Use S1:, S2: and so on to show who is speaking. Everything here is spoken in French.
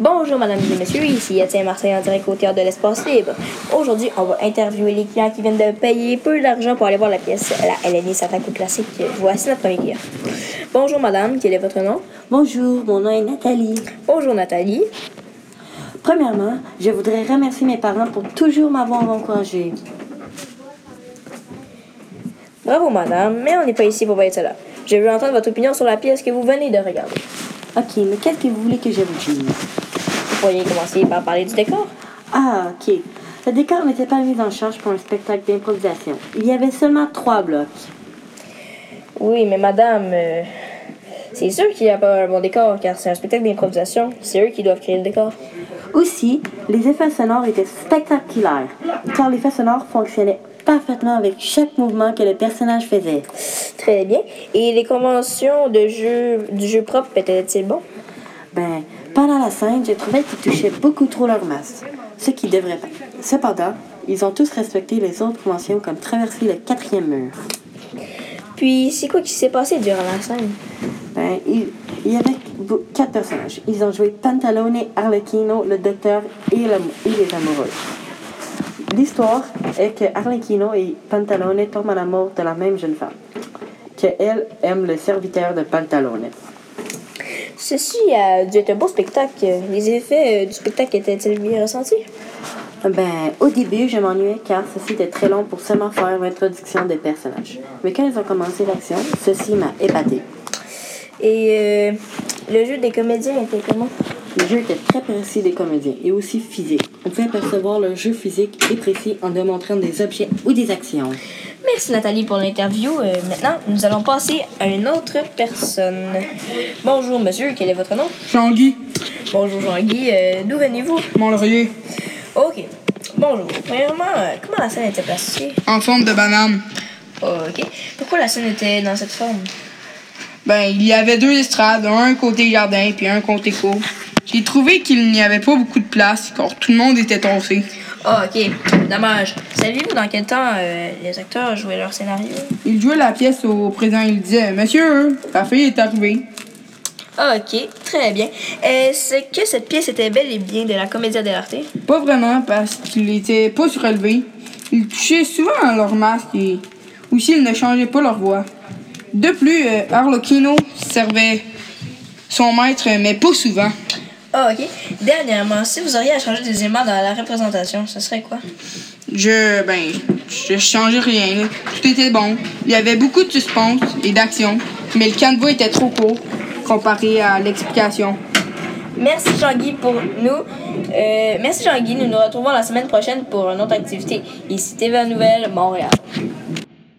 S1: Bonjour, madame et messieurs, ici Étienne Marseille en direct au Théâtre de l'Espace Libre. Aujourd'hui, on va interviewer les clients qui viennent de payer peu d'argent pour aller voir la pièce La LNI s'attaque au classique. Voici notre premier client. Bonjour, madame, quel est votre nom?
S2: Bonjour, mon nom est Nathalie.
S1: Bonjour, Nathalie.
S2: Premièrement, je voudrais remercier mes parents pour toujours m'avoir encouragée.
S1: Bravo, madame, mais on n'est pas ici pour payer cela. Je veux entendre votre opinion sur la pièce que vous venez de regarder.
S2: Ok, mais qu'est-ce que vous voulez que je vous dise?
S1: Vous pourriez commencer par parler du décor.
S2: Ah, ok. Le décor n'était pas mis en charge pour un spectacle d'improvisation. Il y avait seulement trois blocs.
S1: Oui, mais madame, euh, c'est sûr qu'il n'y a pas un bon décor, car c'est un spectacle d'improvisation. C'est eux qui doivent créer le décor.
S2: Aussi, les effets sonores étaient spectaculaires, car les effets sonores fonctionnaient parfaitement avec chaque mouvement que le personnage faisait.
S1: Très bien. Et les conventions de jeu, du jeu propre étaient-ils bons?
S2: Ben, pendant la scène, je trouvais qu'ils touchaient beaucoup trop leur masse, ce qui devrait pas. Cependant, ils ont tous respecté les autres conventions comme traverser le quatrième mur.
S1: Puis, c'est quoi qui s'est passé durant la scène?
S2: Ben, il, il y avait bou- quatre personnages. Ils ont joué Pantalone, Arlecchino, le docteur et, le- et les amoureux. L'histoire est que Arlecchino et Pantalone tombent en amour de la même jeune femme, que elle aime le serviteur de Pantalone.
S1: Ceci a dû être un beau spectacle. Les effets euh, du spectacle étaient-ils bien ressentis?
S2: Ben, au début, je m'ennuyais car ceci était très long pour seulement faire l'introduction des personnages. Mais quand ils ont commencé l'action, ceci m'a épaté.
S1: Et euh, le jeu des comédiens était comment?
S2: Le jeu était très précis des comédiens et aussi physique. On pouvait percevoir le jeu physique et précis en démontrant des objets ou des actions.
S1: Merci Nathalie pour l'interview. Euh, maintenant, nous allons passer à une autre personne. Bonjour monsieur, quel est votre nom?
S3: Jean-Guy,
S1: Bonjour Jean-Guy, Euh, d'où venez-vous?
S3: Montlurier,
S1: Ok, bonjour. Premièrement, euh, comment la scène était placée?
S3: en forme de banane.
S1: Ok. Pourquoi la scène était dans cette forme?
S3: Ben, il y avait deux estrades, un côté jardin puis un côté cour. J'ai trouvé qu'il n'y avait pas beaucoup de place, car tout le monde était tossé.
S1: Ah, ok, dommage. Saviez-vous dans quel temps euh, les acteurs jouaient leur scénario?
S3: Il jouait la pièce au présent, il disait « Monsieur, ta fille est arrivée.
S1: Ah, Ok, très bien. Est-ce que cette pièce était bel et bien de la Comédia dell'arte? »
S3: Pas vraiment, parce qu'il était pas surélevé. Ils touchaient souvent à leur masque et aussi ils ne changeaient pas leur voix. De plus, euh, Arlecchino servait son maître, mais pas souvent.
S1: Ah, ok. Dernièrement, si vous auriez à changer des éléments dans la représentation, ce serait quoi?
S3: Je, ben, je changeais rien. là. Tout était bon. Il y avait beaucoup de suspense et d'action, mais le canevas était trop court comparé à l'explication.
S1: Merci Jean-Guy pour nous. Euh, merci Jean-Guy, nous nous retrouvons la semaine prochaine pour une autre activité. Ici TVA Nouvelle, Montréal.